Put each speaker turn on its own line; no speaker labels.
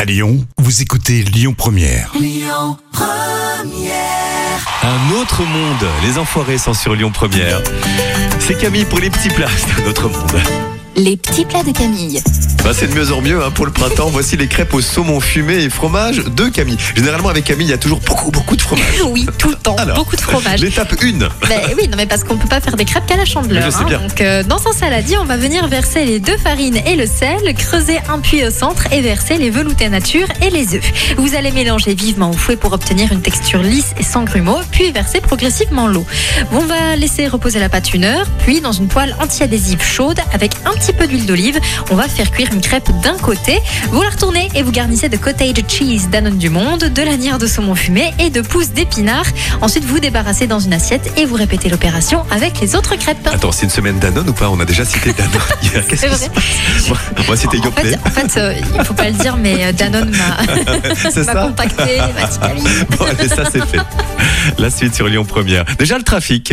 À Lyon, vous écoutez Lyon Première.
Un autre monde. Les enfoirés sont sur Lyon Première. C'est Camille pour les petits plats. C'est un autre monde.
Les petits plats de Camille.
Bah, c'est de mieux en mieux hein, pour le printemps. Voici les crêpes au saumon fumé et fromage de Camille. Généralement avec Camille, il y a toujours beaucoup beaucoup de fromage.
Oui, tout le temps.
Alors,
beaucoup de fromage.
L'étape Bah, 1.
Ben oui, non mais parce qu'on peut pas faire des crêpes qu'à la chandeleur.
Mais je sais bien.
Donc euh, dans un saladier, on va venir verser les deux farines et le sel, creuser un puits au centre et verser les veloutés nature et les œufs. Vous allez mélanger vivement au fouet pour obtenir une texture lisse et sans grumeaux, puis verser progressivement l'eau. On va laisser reposer la pâte une heure, puis dans une poêle antiadhésive chaude avec un petit peu d'huile d'olive, on va faire cuire une crêpe d'un côté. Vous la retournez et vous garnissez de cottage cheese Danone du monde, de lanière de saumon fumé et de pousses d'épinards. Ensuite, vous débarrassez dans une assiette et vous répétez l'opération avec les autres crêpes.
Attends, c'est une semaine Danone ou pas On a déjà cité Danone. hier. Qu'est-ce
C'est
qui
vrai.
se passe Moi, moi, c'était
En fait,
Yoplait.
en fait, euh, il faut pas le dire, mais euh, Danone m'a
C'est
m'a
ça
contacté. il m'a dit, Camille,
Bon, allez, ça c'est fait. La suite sur Lyon Première. Déjà le trafic.